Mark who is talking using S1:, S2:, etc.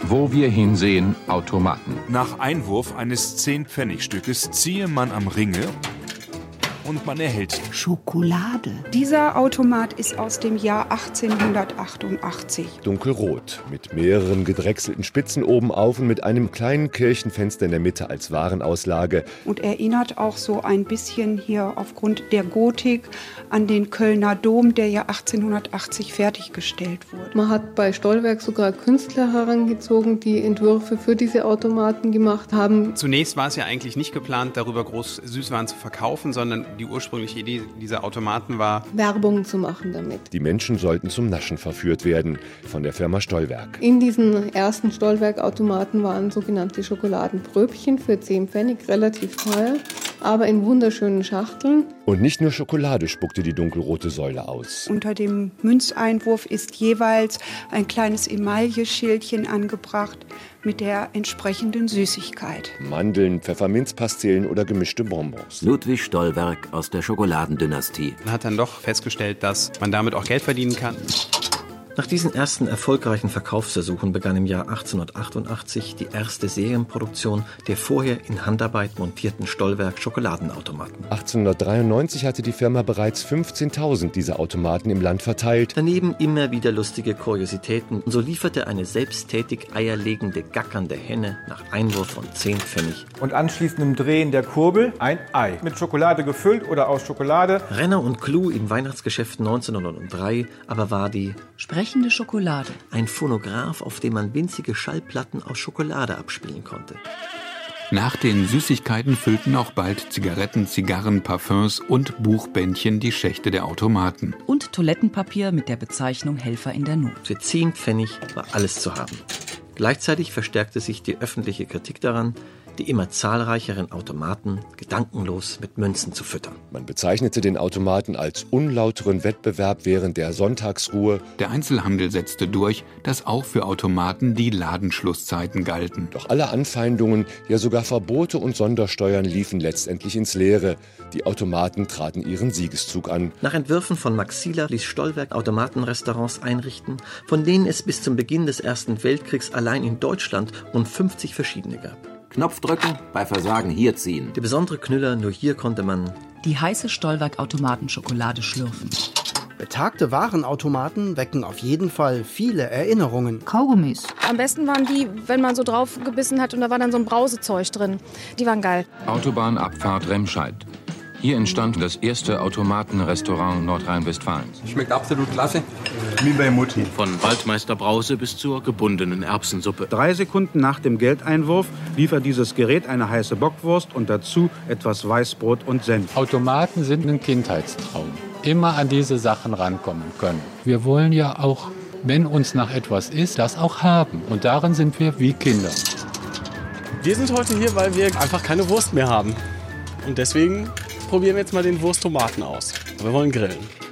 S1: Wo wir hinsehen, Automaten.
S2: Nach Einwurf eines 10-Pfennig-Stückes ziehe man am Ringe und man erhält
S3: Schokolade.
S4: Dieser Automat ist aus dem Jahr 1888.
S5: Dunkelrot, mit mehreren gedrechselten Spitzen oben auf und mit einem kleinen Kirchenfenster in der Mitte als Warenauslage.
S4: Und erinnert auch so ein bisschen hier aufgrund der Gotik an den Kölner Dom, der ja 1880 fertiggestellt wurde.
S6: Man hat bei Stollwerk sogar Künstler herangezogen, die Entwürfe für diese Automaten gemacht haben.
S7: Zunächst war es ja eigentlich nicht geplant, darüber groß Süßwaren zu verkaufen, sondern die ursprüngliche Idee dieser Automaten war,
S6: Werbung zu machen damit.
S5: Die Menschen sollten zum Naschen verführt werden von der Firma Stollwerk.
S6: In diesen ersten Stollwerkautomaten waren sogenannte Schokoladenpröbchen für 10 Pfennig, relativ teuer, aber in wunderschönen Schachteln.
S5: Und nicht nur Schokolade spuckte die dunkelrote Säule aus.
S4: Unter dem Münzeinwurf ist jeweils ein kleines Emailleschildchen angebracht mit der entsprechenden Süßigkeit.
S5: Mandeln, Pfefferminzpastillen oder gemischte Bonbons.
S8: Ludwig Stollwerk aus der Schokoladendynastie.
S7: Man hat dann doch festgestellt, dass man damit auch Geld verdienen kann.
S9: Nach diesen ersten erfolgreichen Verkaufsversuchen begann im Jahr 1888 die erste Serienproduktion der vorher in Handarbeit montierten Stollwerk Schokoladenautomaten.
S5: 1893 hatte die Firma bereits 15.000 dieser Automaten im Land verteilt.
S9: Daneben immer wieder lustige Kuriositäten. So lieferte eine selbsttätig eierlegende, gackernde Henne nach Einwurf von 10 Pfennig.
S10: Und anschließend im Drehen der Kurbel ein Ei. Mit Schokolade gefüllt oder aus Schokolade.
S9: Renner und Clou im Weihnachtsgeschäft 1903 aber war die
S3: Sprechen sprechende Schokolade.
S9: Ein Phonograph, auf dem man winzige Schallplatten aus Schokolade abspielen konnte.
S11: Nach den Süßigkeiten füllten auch bald Zigaretten, Zigarren, Parfums und Buchbändchen die Schächte der Automaten.
S3: Und Toilettenpapier mit der Bezeichnung Helfer in der Not.
S9: Für 10 Pfennig war alles zu haben. Gleichzeitig verstärkte sich die öffentliche Kritik daran, die immer zahlreicheren Automaten gedankenlos mit Münzen zu füttern.
S5: Man bezeichnete den Automaten als unlauteren Wettbewerb während der Sonntagsruhe.
S11: Der Einzelhandel setzte durch, dass auch für Automaten die Ladenschlusszeiten galten.
S5: Doch alle Anfeindungen, ja sogar Verbote und Sondersteuern liefen letztendlich ins Leere. Die Automaten traten ihren Siegeszug an.
S9: Nach Entwürfen von Max Sieler ließ Stollwerk Automatenrestaurants einrichten, von denen es bis zum Beginn des Ersten Weltkriegs allein in Deutschland rund 50 verschiedene gab.
S8: Knopf drücken, bei Versagen hier ziehen.
S9: Der besondere Knüller, nur hier konnte man
S3: die heiße Stollwerk-Automatenschokolade schlürfen.
S12: Betagte Warenautomaten wecken auf jeden Fall viele Erinnerungen.
S3: Kaugummis.
S13: Am besten waren die, wenn man so drauf gebissen hat und da war dann so ein Brausezeug drin. Die waren geil.
S1: Autobahnabfahrt Remscheid. Hier entstand das erste Automatenrestaurant Nordrhein-Westfalens.
S14: Schmeckt absolut klasse.
S15: Wie bei Mutti.
S8: Von Waldmeister Brause bis zur gebundenen Erbsensuppe.
S16: Drei Sekunden nach dem Geldeinwurf liefert dieses Gerät eine heiße Bockwurst und dazu etwas Weißbrot und Senf.
S17: Automaten sind ein Kindheitstraum. Immer an diese Sachen rankommen können. Wir wollen ja auch, wenn uns nach etwas ist, das auch haben. Und darin sind wir wie Kinder.
S18: Wir sind heute hier, weil wir einfach keine Wurst mehr haben. Und deswegen probieren wir jetzt mal den Wursttomaten aus. Wir wollen grillen.